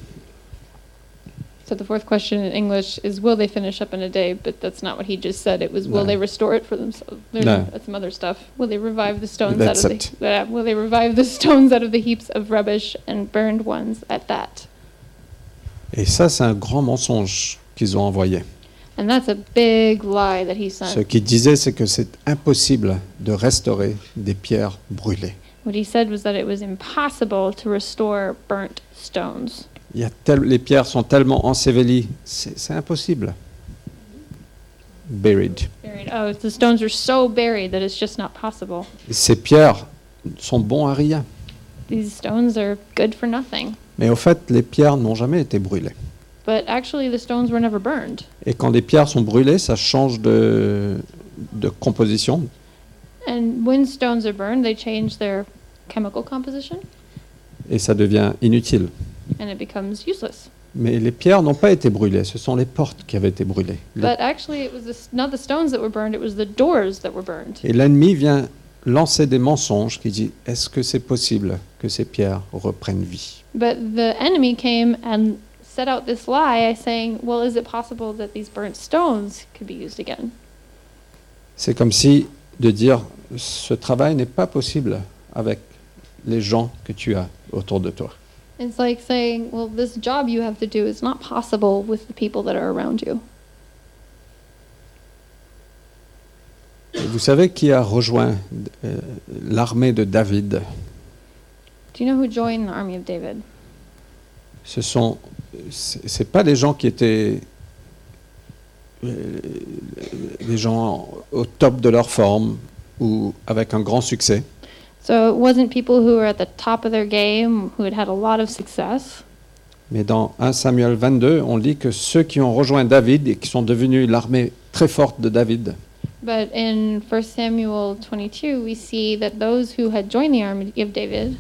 So the fourth question in English is Will they finish up in a day? But that's not what he just said. It was Will
No.
they restore it for themselves? There's
No.
that's some other stuff. Will they revive the stones
That's
out of
it.
the yeah, Will they revive the stones out of the heaps of rubbish and burned ones at that?
Et ça, c'est un grand mensonge qu'ils ont envoyé.
And that's a big lie that he
Ce
sent.
qu'ils disaient, c'est que c'est impossible de restaurer des pierres brûlées.
What he said was that it was impossible to restore burnt stones.
Il y a tel- les pierres sont tellement ensevelies, c'est c'est impossible. Buried.
Buried. Oh, the stones are so buried that it's just not possible.
Ces pierres sont bons à rien.
These stones are good for nothing.
Mais au fait, les pierres n'ont jamais été brûlées.
But actually, the stones were never burned.
Et quand les pierres sont brûlées, ça change de, de composition.
And when stones are burned, they change their chemical composition
et ça devient inutile.
and it becomes useless.
Mais les pierres n'ont pas été brûlées, ce sont les portes qui avaient été brûlées. Le-
But actually, it was the, s- not the stones that were burned, it was the doors that were burned.
et l'ennemi vient lancer des mensonges qui dit est-ce que c'est possible que ces pierres reprennent vie
But the enemy came and set out this lie saying, well, is it possible that these burnt stones could be used again?
C'est comme si de dire ce travail n'est pas possible avec les gens que tu as autour de toi.
It's like saying, well, this job you have to do is not possible with the people that are around you.
Et vous savez qui a rejoint euh, l'armée de David
Do you know who joined the army of David?
ce sont c'est c'est pas les gens qui étaient euh, les gens au top de leur forme ou avec un grand succès.
So it wasn't people who were at the top of their game, who had had a lot of success.
Mais dans 1 Samuel 22, on lit que ceux qui ont rejoint David et qui sont devenus l'armée très forte de David,
But in 1 Samuel 22, we see that those who had joined the army of David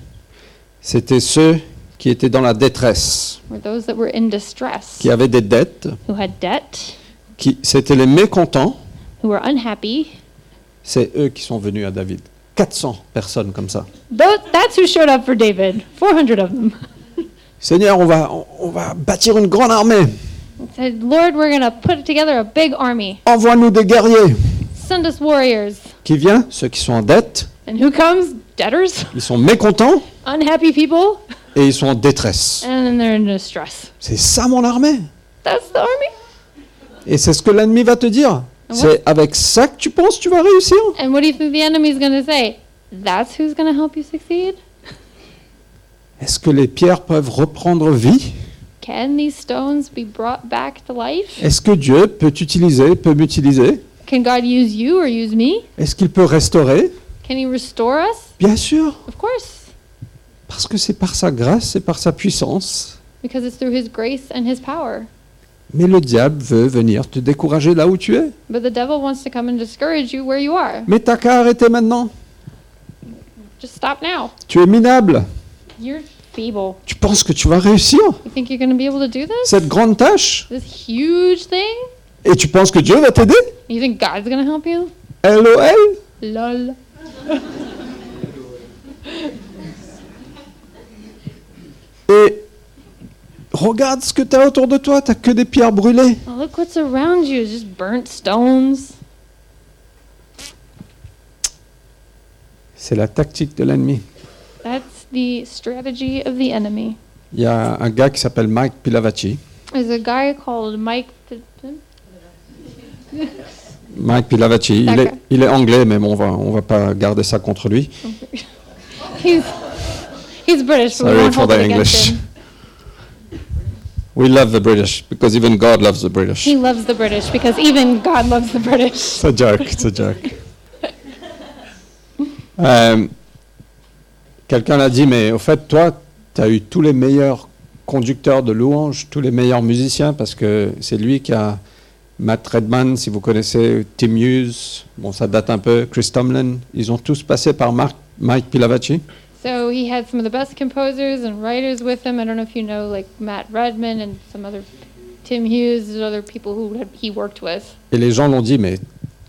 c'était ceux qui étaient dans la détresse,
were those that were in distress,
qui avaient des dettes,
who had debt,
qui c'était les mécontents,
who were unhappy.
c'est eux qui sont venus à David. 400 personnes comme ça.
Tho- that's who showed up for David, 400 of them.
Seigneur, on va on- on va bâtir une grande armée.
Said, Lord, we're going to put together a big army.
Envoie-nous des guerriers.
Send us warriors.
qui vient, ceux qui sont en dette,
And who comes? Debtors,
ils sont mécontents
unhappy people,
et ils sont en détresse.
and then they're in distress.
C'est ça mon armée.
That's the army.
Et c'est ce que l'ennemi va te dire.
Ah ouais
C'est avec ça que tu penses que tu vas réussir
And what do you think the enemy's going to say? That's who's going to help you succeed?
Est-ce que les pierres peuvent reprendre vie
Can these stones be brought back to life?
Est-ce que Dieu peut t'utiliser, peut m'utiliser
Can God use you or use me?
Est-ce qu'il peut restaurer
Can He restore us?
Bien sûr,
Of course,
parce que c'est par sa grâce, c'est par sa puissance.
because it's through His grace and His power.
Mais le diable veut venir te décourager là où tu es.
But the devil wants to come and discourage you where you are.
Mais t'as qu'à arrêter maintenant.
Just stop now.
Tu es minable.
You're feeble.
Tu penses que tu vas réussir
You think you're going to be able to do this?
cette grande tâche
This huge thing?
et tu penses que Dieu va t'aider
You think God's going to help you?
LOL
Lol.
Et regarde ce que tu as autour de toi, tu que des pierres brûlées.
Oh, look what's around you. It's just burnt stones.
C'est la tactique de l'ennemi.
That's the strategy of the enemy.
Il y a un gars qui s'appelle Mike Pilavacci.
There's a guy called Mike. P- P-
Mike Pilavacci, il est,
D'accord.
il est anglais, mais bon, on va, on va pas garder ça contre lui.
He's he's British, but we
Sorry
won't
for
hold
the
it against
English.
him.
We love the British because even God loves the British.
He loves the British because even God loves the British.
It's a joke, it's a joke. Euh, Quelqu'un l'a dit, mais au fait, toi, tu as eu tous les meilleurs conducteurs de louanges, tous les meilleurs musiciens, parce que c'est lui qui a Matt Redman, si vous connaissez, Tim Hughes, bon, ça date un peu, Chris Tomlin, ils ont tous passé par Mark- Mike Pilavacci.
So he had some of the best composers and writers with him. I don't know if you know, like Matt Redman and some other Tim Hughes, and other people who had, he worked with.
Et les gens l'ont dit, mais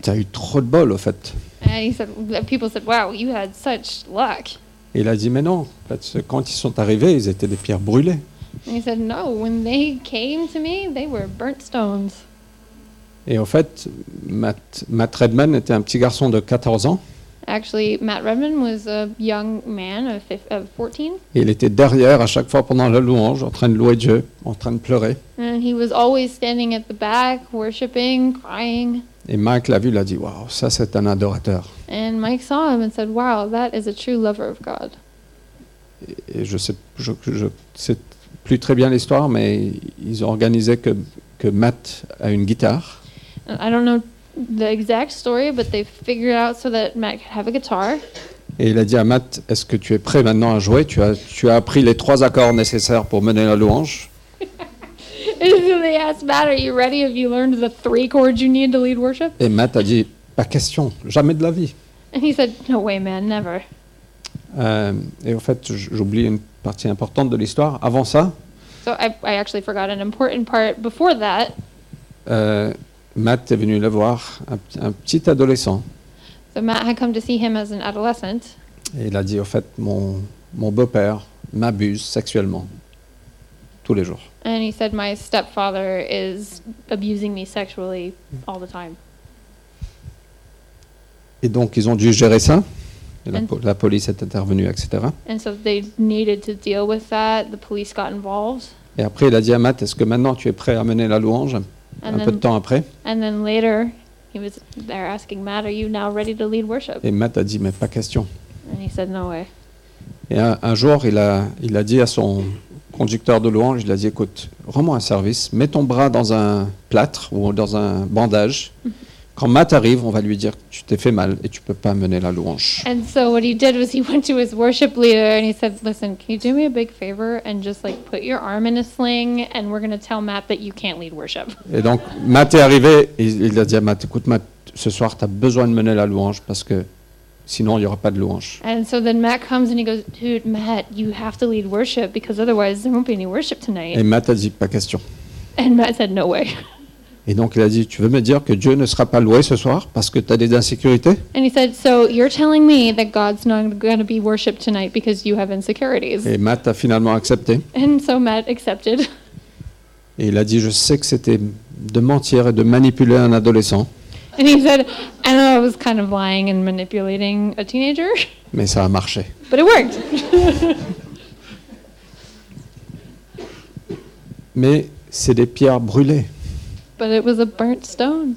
tu as eu trop de bol, au fait.
And he said, people said, "Wow, you had such luck."
Et il a dit, mais non, parce que quand ils sont arrivés, ils étaient des pierres brûlées.
And he said, "No, when they came to me, they were burnt stones."
Et en fait, Matt, Matt Redman était un petit garçon de 14 ans.
Actually, Matt Redman was a young man of, fif- of 14,
Et il était derrière à chaque fois pendant la louange, en train de louer Dieu, en train de pleurer.
and he was always standing at the back, worshiping, crying.
Et Mike l'a vu, il a dit Waouh, ça c'est un adorateur.
And Mike saw him and said, "Wow, that is a true lover of God."
Et je sais, je, je sais plus très bien l'histoire, mais ils ont organisé que, que Matt a une guitare.
And I don't know the exact story, but they figured out so that Matt could have a guitar.
Et il a dit à Matt Est-ce que tu es prêt maintenant à jouer tu as, tu as appris les trois accords nécessaires pour mener la louange.
And so they asked Matt, "Are you ready? Have you learned the three chords you need to lead worship?"
Et Matt a dit Pas question, jamais de la vie.
And he said, "No way, man, never."
Euh, et en fait, j- j'oublie une partie importante de l'histoire. Avant ça,
So I, I actually forgot an important part before that.
euh, Matt est venu le voir, un p- un petit adolescent.
So Matt had come to see him as an adolescent,
Et il a dit, au fait, mon, mon beau-père m'abuse sexuellement tous les jours.
and he said, "My stepfather is abusing me sexually all the time."
Et donc, ils ont dû gérer ça. Et la,
Mm.
po- la police est intervenue, etc.
And so they needed to deal with that. The police got involved,
Et après, il a dit à Matt, est-ce que maintenant tu es prêt à mener la louange
and
Un peu de
then
temps après.
and then later he was there asking Matt, "Are you now ready to lead worship?"
Et Matt a dit, mais pas question.
And he said, "No way."
Et un, un jour, il a, il a dit à son conducteur de louange, il a dit, écoute, rends-moi un service, mets ton bras dans un plâtre ou dans un bandage. Quand Matt arrive, on va lui dire, tu t'es fait mal et tu peux pas mener la louange.
And so what he did was he went to his worship leader and he said, "Listen, can you do me a big favor and just like put your arm in a sling and we're going to tell Matt that you can't lead worship."
Et donc, Matt est arrivé, et il il a dit à Matt, écoute Matt, ce soir, tu as besoin de mener la louange, parce que sinon, il n'y aura pas de louange.
And so then Matt comes and he goes, Dude, Matt, you have to lead worship because otherwise there won't be any worship tonight.
Et Matt a dit, pas question.
and Matt said, No way.
Et donc, il a dit, tu veux me dire que Dieu ne sera pas loué ce soir, parce que tu as des insécurités
And he said, So you're telling me that God's not going to be worshiped tonight because you have insecurities.
Et Matt a finalement accepté.
And so Matt accepted.
Et il a dit, je sais que c'était de mentir et de manipuler un adolescent,
And he said, I know I was kind of lying and manipulating a teenager,
mais ça a marché.
but it worked.
Mais c'est des pierres brûlées.
But it was a burnt stone.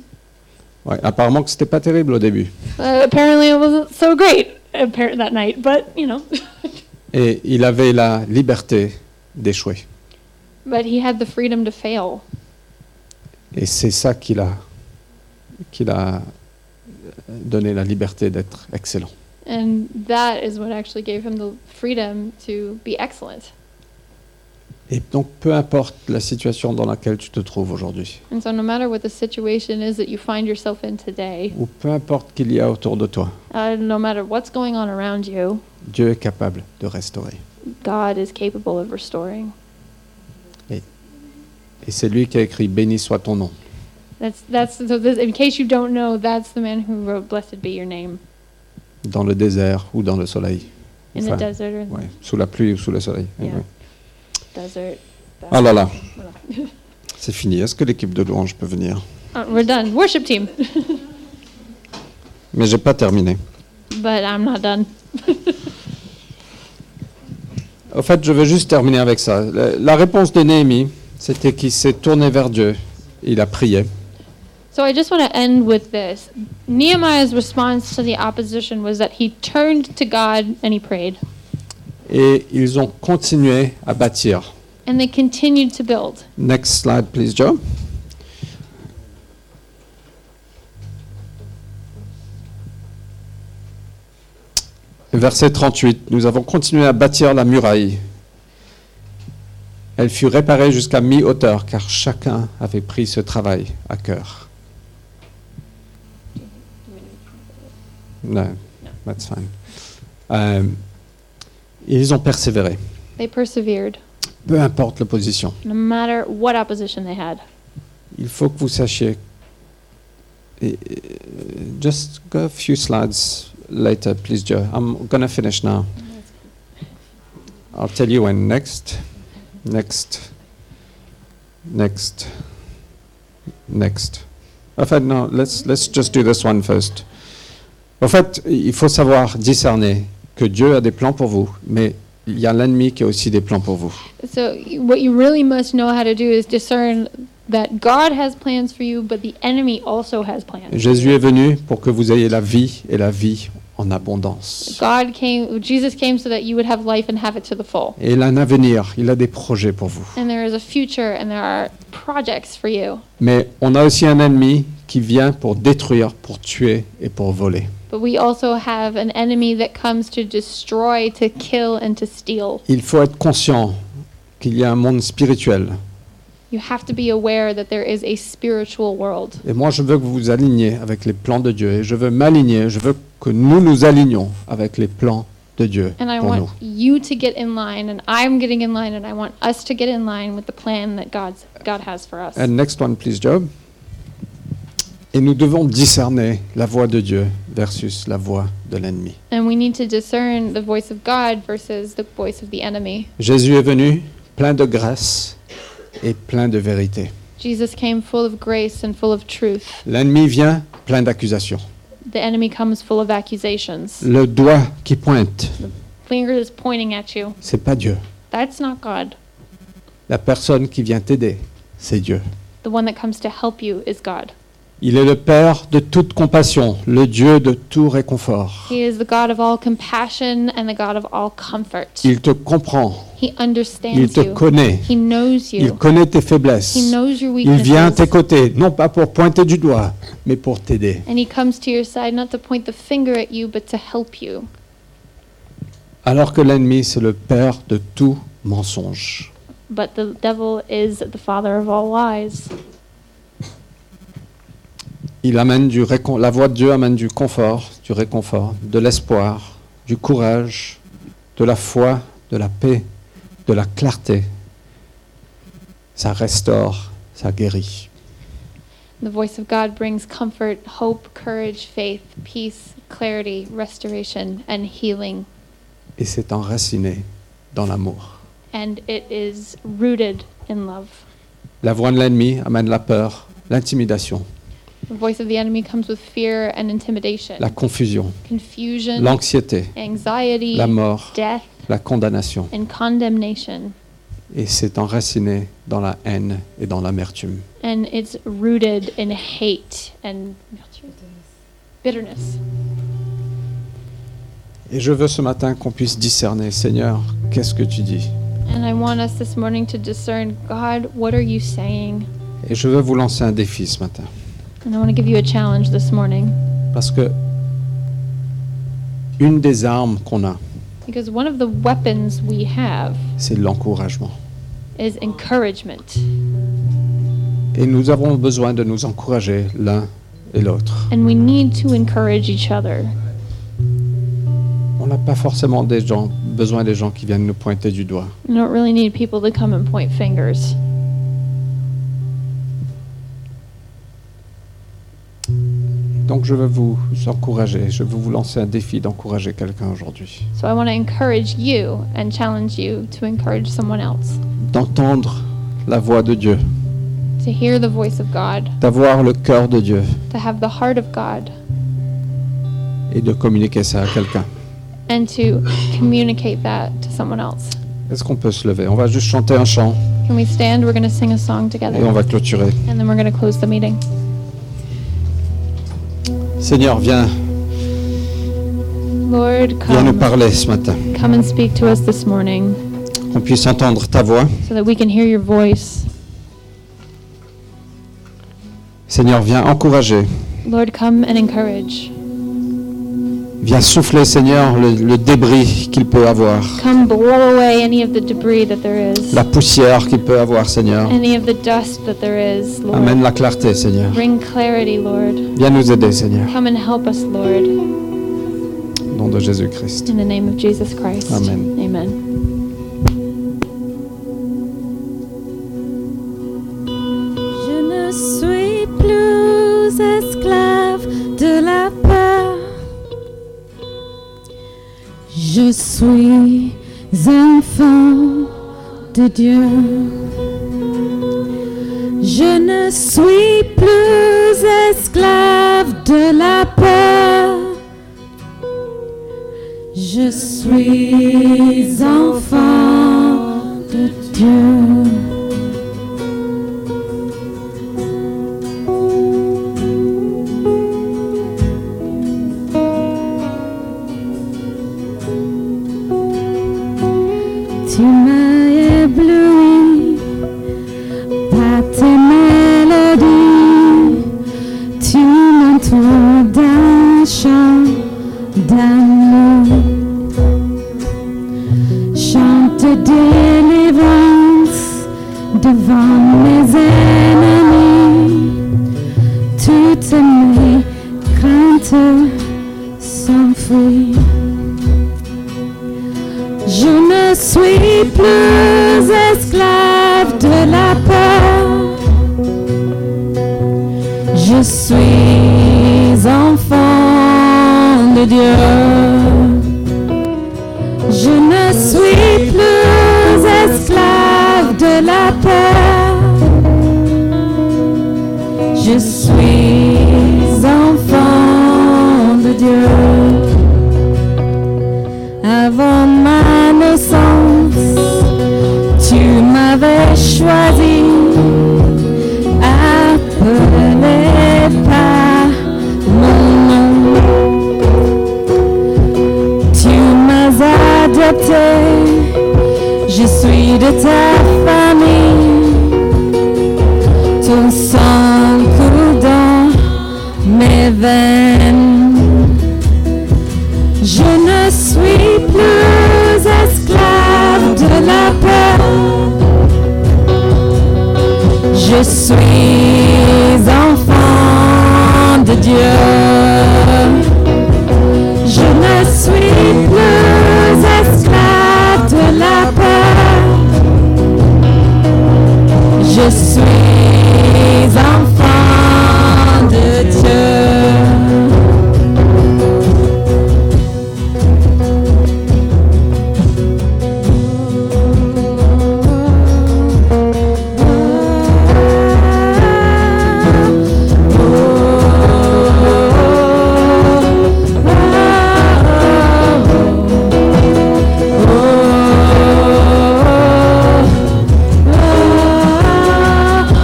Ouais, apparemment que c'était pas terrible au début.
Uh, apparently it wasn't so great appar- that night, but you know.
Et il avait la liberté d'échouer.
But he had the freedom to fail.
Et c'est ça qui l'a, qui l'a donné la liberté d'être excellent.
And that is what actually gave him the freedom to be excellent.
Et donc, peu importe la situation dans laquelle tu te trouves aujourd'hui,
And so, no matter what the situation is that you find yourself in today,
ou peu importe qu'il y a autour de toi,
uh, no matter what's going on around you,
Dieu est capable de restaurer.
God is capable of restoring.
Et c'est lui qui a écrit Béni soit ton nom.
That's that's so. This, in case you don't know, that's the man who wrote "Blessed be your name"
Dans le désert ou dans le soleil.
in the
Enfin,
desert or in
ouais, sous la pluie ou sous le soleil.
Yeah.
Ouais.
the desert.
Ah là là,
Voilà.
c'est fini. Est-ce que l'équipe de louange peut venir
Uh, we're done. Worship team,
Mais j'ai pas terminé.
but I'm not done.
Au fait, je veux juste terminer avec ça. La la réponse de Néhémie, c'était qu'il s'est tourné vers Dieu. Il a prié.
So I just want to end with this. Nehemiah's response to the opposition was that he turned to God and he prayed.
Et ils ont continué à bâtir.
And they continued to build.
Next slide, please, Joe. Verset 38. Nous avons continué à bâtir la muraille. Elle fut réparée jusqu'à mi-hauteur, car chacun avait pris ce travail à cœur. No, that's fine. Euh, ils ont persévéré,
They persevered,
peu importe l'opposition.
no matter what opposition they had.
Il faut que vous sachiez. Et- et- Just go a few slides later, please, Joe. I'm gonna finish now. I'll tell you when. Next, next, next, next. En fait, non, let's, let's just do this one first. En fait, il faut savoir discerner que Dieu a des plans pour vous, mais il y a l'ennemi qui a aussi des plans pour vous.
So y- what you really must know how to do is discern that God has plans for you, but the enemy also has plans.
Jésus est venu pour que vous ayez la vie et la vie en abondance.
God came, Jesus came so that you would have life and have it to the full.
Et il a un avenir, il a des projets pour vous.
And there is a future and there are projects for you.
Mais on a aussi un ennemi qui vient pour détruire, pour tuer et pour voler.
But we also have an enemy that comes to destroy, to kill, and to steal.
Il faut être conscient qu'il y a un monde spirituel.
You have to be aware that there is a spiritual world.
Et moi, je veux que vous vous aligniez avec les plans de Dieu. Et je veux m'aligner, je veux que nous nous alignions avec les plans de Dieu
And I
pour
want
nous.
you to get in line, and I'm getting in line, and I want us to get in line with the plan that God's, God has for us.
And next one, please, Job. Et nous devons discerner la voix de Dieu versus la voix de l'ennemi.
And we need to discern the voice of God versus the voice of the enemy.
Jésus est venu plein de grâce et plein de vérité.
Jesus came full of grace and full of truth.
L'ennemi vient plein d'accusations.
The enemy comes full of accusations.
Le doigt qui pointe,
Finger is pointing at you.
c'est pas Dieu.
That's not God.
La personne qui vient t'aider, c'est Dieu.
The one that comes to help you is God.
Il est le Père de toute compassion, le Dieu de tout réconfort.
He is the God of all compassion and the God of all comfort.
Il te comprend,
He
il
understands
te
you.
connaît,
He knows
il
you.
connaît tes faiblesses.
He knows your
Il vient à tes
weaknesses.
côtés, non pas pour pointer du doigt, mais pour t'aider.
And he comes to your side not to point the finger at you, but to help you.
Alors que l'ennemi, c'est le Père de tout mensonge.
But the devil is the father of all lies.
Il amène du récon- la voix de Dieu amène du confort, du réconfort, de l'espoir, du courage, de la foi, de la paix, de la clarté. Ça restaure, ça guérit.
The voice of God brings comfort, hope, courage, faith, peace, clarity, restoration, and healing.
Et c'est enraciné dans l'amour.
And it is rooted in love.
La voix de l'ennemi amène la peur, l'intimidation,
The voice of the enemy comes with fear and intimidation,
la confusion,
confusion,
l'anxiété,
anxiety,
la mort,
death,
la condamnation.
and condemnation.
Et c'est enraciné dans la haine et dans l'amertume.
And it's rooted in hate and bitterness.
Et je veux ce matin qu'on puisse discerner, Seigneur, qu'est-ce que tu dis
And I want us this morning to discern God, what are you saying?
Et je veux vous lancer un défi ce matin.
And I want to give you a challenge this morning
Parce que une des armes qu'on a,
because one of the weapons we have
c'est l'encouragement.
is encouragement.
Et nous avons besoin de nous encourager l'un et l'autre.
And we need to encourage each other.
On n'a pas forcément des gens, besoin des gens qui viennent nous pointer du doigt.
We don't really need people to come and point fingers.
Donc je veux vous encourager, je veux vous lancer un défi d'encourager quelqu'un aujourd'hui.
So I want to encourage you and challenge you to encourage someone else,
D'entendre la voix de Dieu,
to hear the voice of God,
d'avoir le cœur de Dieu
to have the heart of God,
et de communiquer ça à quelqu'un.
and to communicate that to someone else.
Est-ce qu'on peut se lever On va juste chanter un chant
Can we stand? We're going to sing a song together
et on va clôturer.
and then we're going to close the meeting.
Seigneur, viens,
Lord,
viens nous
come,
parler ce matin.
come and speak to us this morning
Qu'on puisse entendre ta voix.
so that we can hear your voice.
Seigneur, viens encourager.
Lord, come and encourage.
Viens souffler, Seigneur, le, le débris qu'il peut avoir,
Come blow away any of the debris that there is,
la poussière qu'il peut avoir, Seigneur.
any of the dust that there is, Lord.
Amène la clarté, Seigneur.
Bring clarity, Lord.
Viens nous aider, Seigneur.
Come and help us, Lord, in
Au nom de Jésus-Christ.
the name of Jesus Christ.
Amen.
Amen.
Je ne suis plus esclave de la peur. Je suis enfant de Dieu. Je ne suis plus esclave de la peur. Je suis enfant de Dieu. Tu m'as ébloui par tes mélodies. Tu m'entoures d'un chant d'amour. Chante délivrance devant mes ennemis. Toutes mes craintes s'enfuient. Je ne suis plus esclave de la peur. Je suis enfant de Dieu. Je ne suis plus esclave de la peur. Je suis enfant de Dieu. Avant ma naissance, tu m'avais choisi, appelé par mon nom. Tu m'as adopté, je suis de ta famille. Ton sang coule dans mes veines. Je ne suis plus esclave de la peur. Je suis enfant de Dieu. Je ne suis plus esclave de la peur. Je suis enfant de Dieu. Oh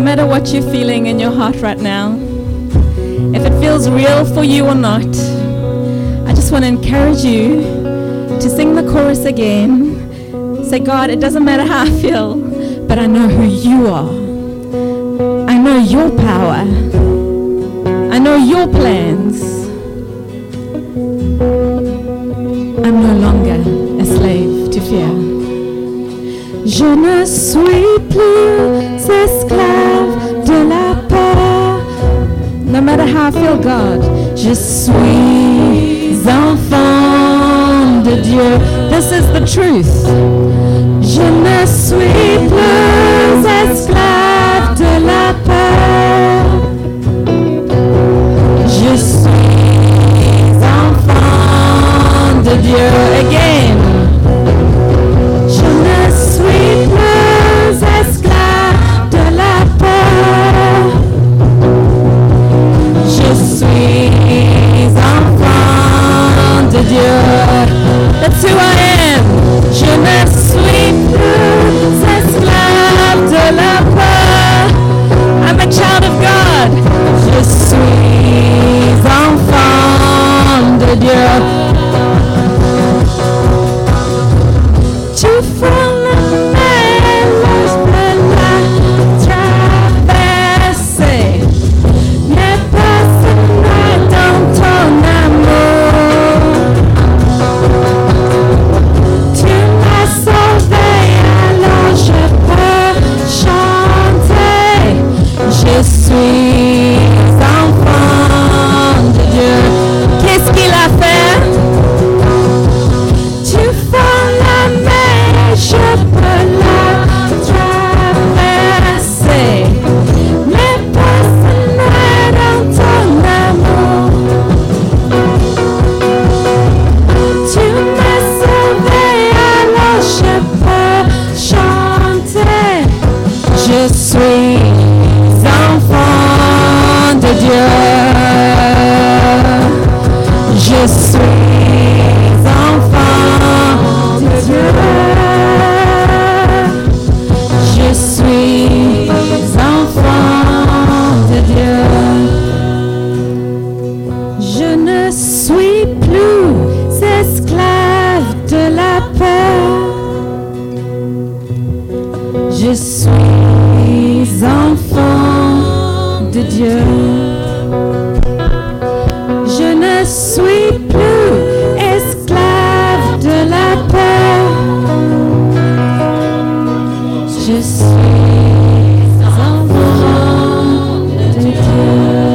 matter what you're feeling in your heart right now, if it feels real for you or not, I just want to encourage you to sing the chorus again. Say, God, it doesn't matter how I feel, but I know who you are. I know your power. I know your plans. I'm no longer a slave to fear. Je ne suis plus esclave de la peur. No matter how I feel, God, je suis enfant de Dieu. This is the truth. Je ne suis plus esclave de la peur. Je suis enfant de Dieu. Again. Je ne suis plus esclave de la peur. Je suis enfant de Dieu. That's who I am. Je ne suis plus esclave de la peur. I'm a child of God. Je suis enfant de Dieu. Tu feras la mer, de la traversée. Ne passerai dans ton amour. Tu m'as sauvé, alors je peux chanter. Je suis enfant de Dieu. Qu'est-ce qu'il a fait? Tu fais la mer, je peux la traverser. Mais personne dans ton amour. Tu m'as sauvé, alors je peux chanter. Je suis enfant de Dieu. Je suis enfant de Dieu. Je suis enfant de Dieu. Je ne suis plus esclave de la peur. Je suis enfant de Dieu. Je ne suis plus esclave de la peur. Je suis enfant de Dieu.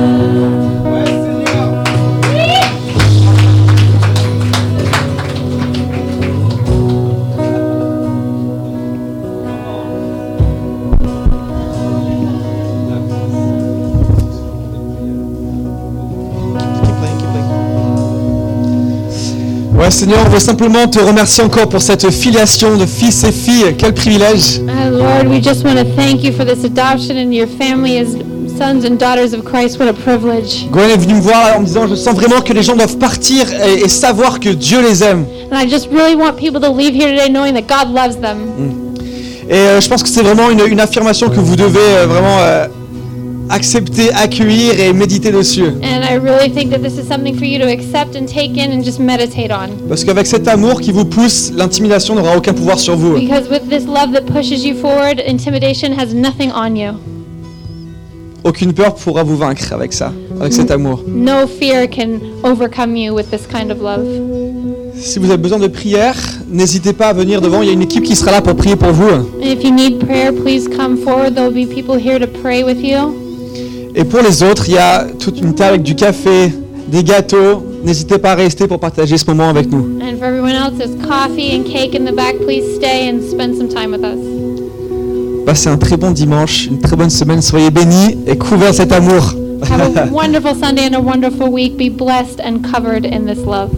Ouais Seigneur, on veut simplement te remercier encore pour cette filiation de fils et filles. Quel privilège.
Ah, Lord, we just want to thank you for this adoption and your family as sons and daughters of Christ. What a privilege.
Gwen est venue me voir en me disant je sens vraiment que les gens doivent partir et, et savoir que Dieu les aime.
And I just really want people to leave here today knowing that God loves them.
Et euh, je pense que c'est vraiment une, une affirmation que vous devez euh, vraiment euh, accepter, accueillir et méditer dessus.
And I really think that this is something for you to accept and take in and just meditate on.
Parce qu'avec cet amour qui vous pousse, l'intimidation n'aura aucun pouvoir sur vous.
Because with this love that pushes you forward, intimidation has nothing on you.
Aucune peur pourra vous vaincre avec ça, avec cet amour.
No fear can overcome you with this kind of love.
Si vous avez besoin de prière, n'hésitez pas à venir devant, il y a une équipe qui sera là pour prier pour vous.
And if you need prayer, please come forward. There will be people here to pray with you.
Et pour les autres, il y a toute une table avec du café, des gâteaux. N'hésitez pas à rester pour partager ce moment avec nous.
And for everyone else, there's coffee and cake in the back. Please stay and spend some time with us.
Passez Bah, un très bon dimanche, une très bonne semaine, soyez bénis et couverts de cet amour.
Have a wonderful Sunday and a wonderful week. Be blessed and covered in this love.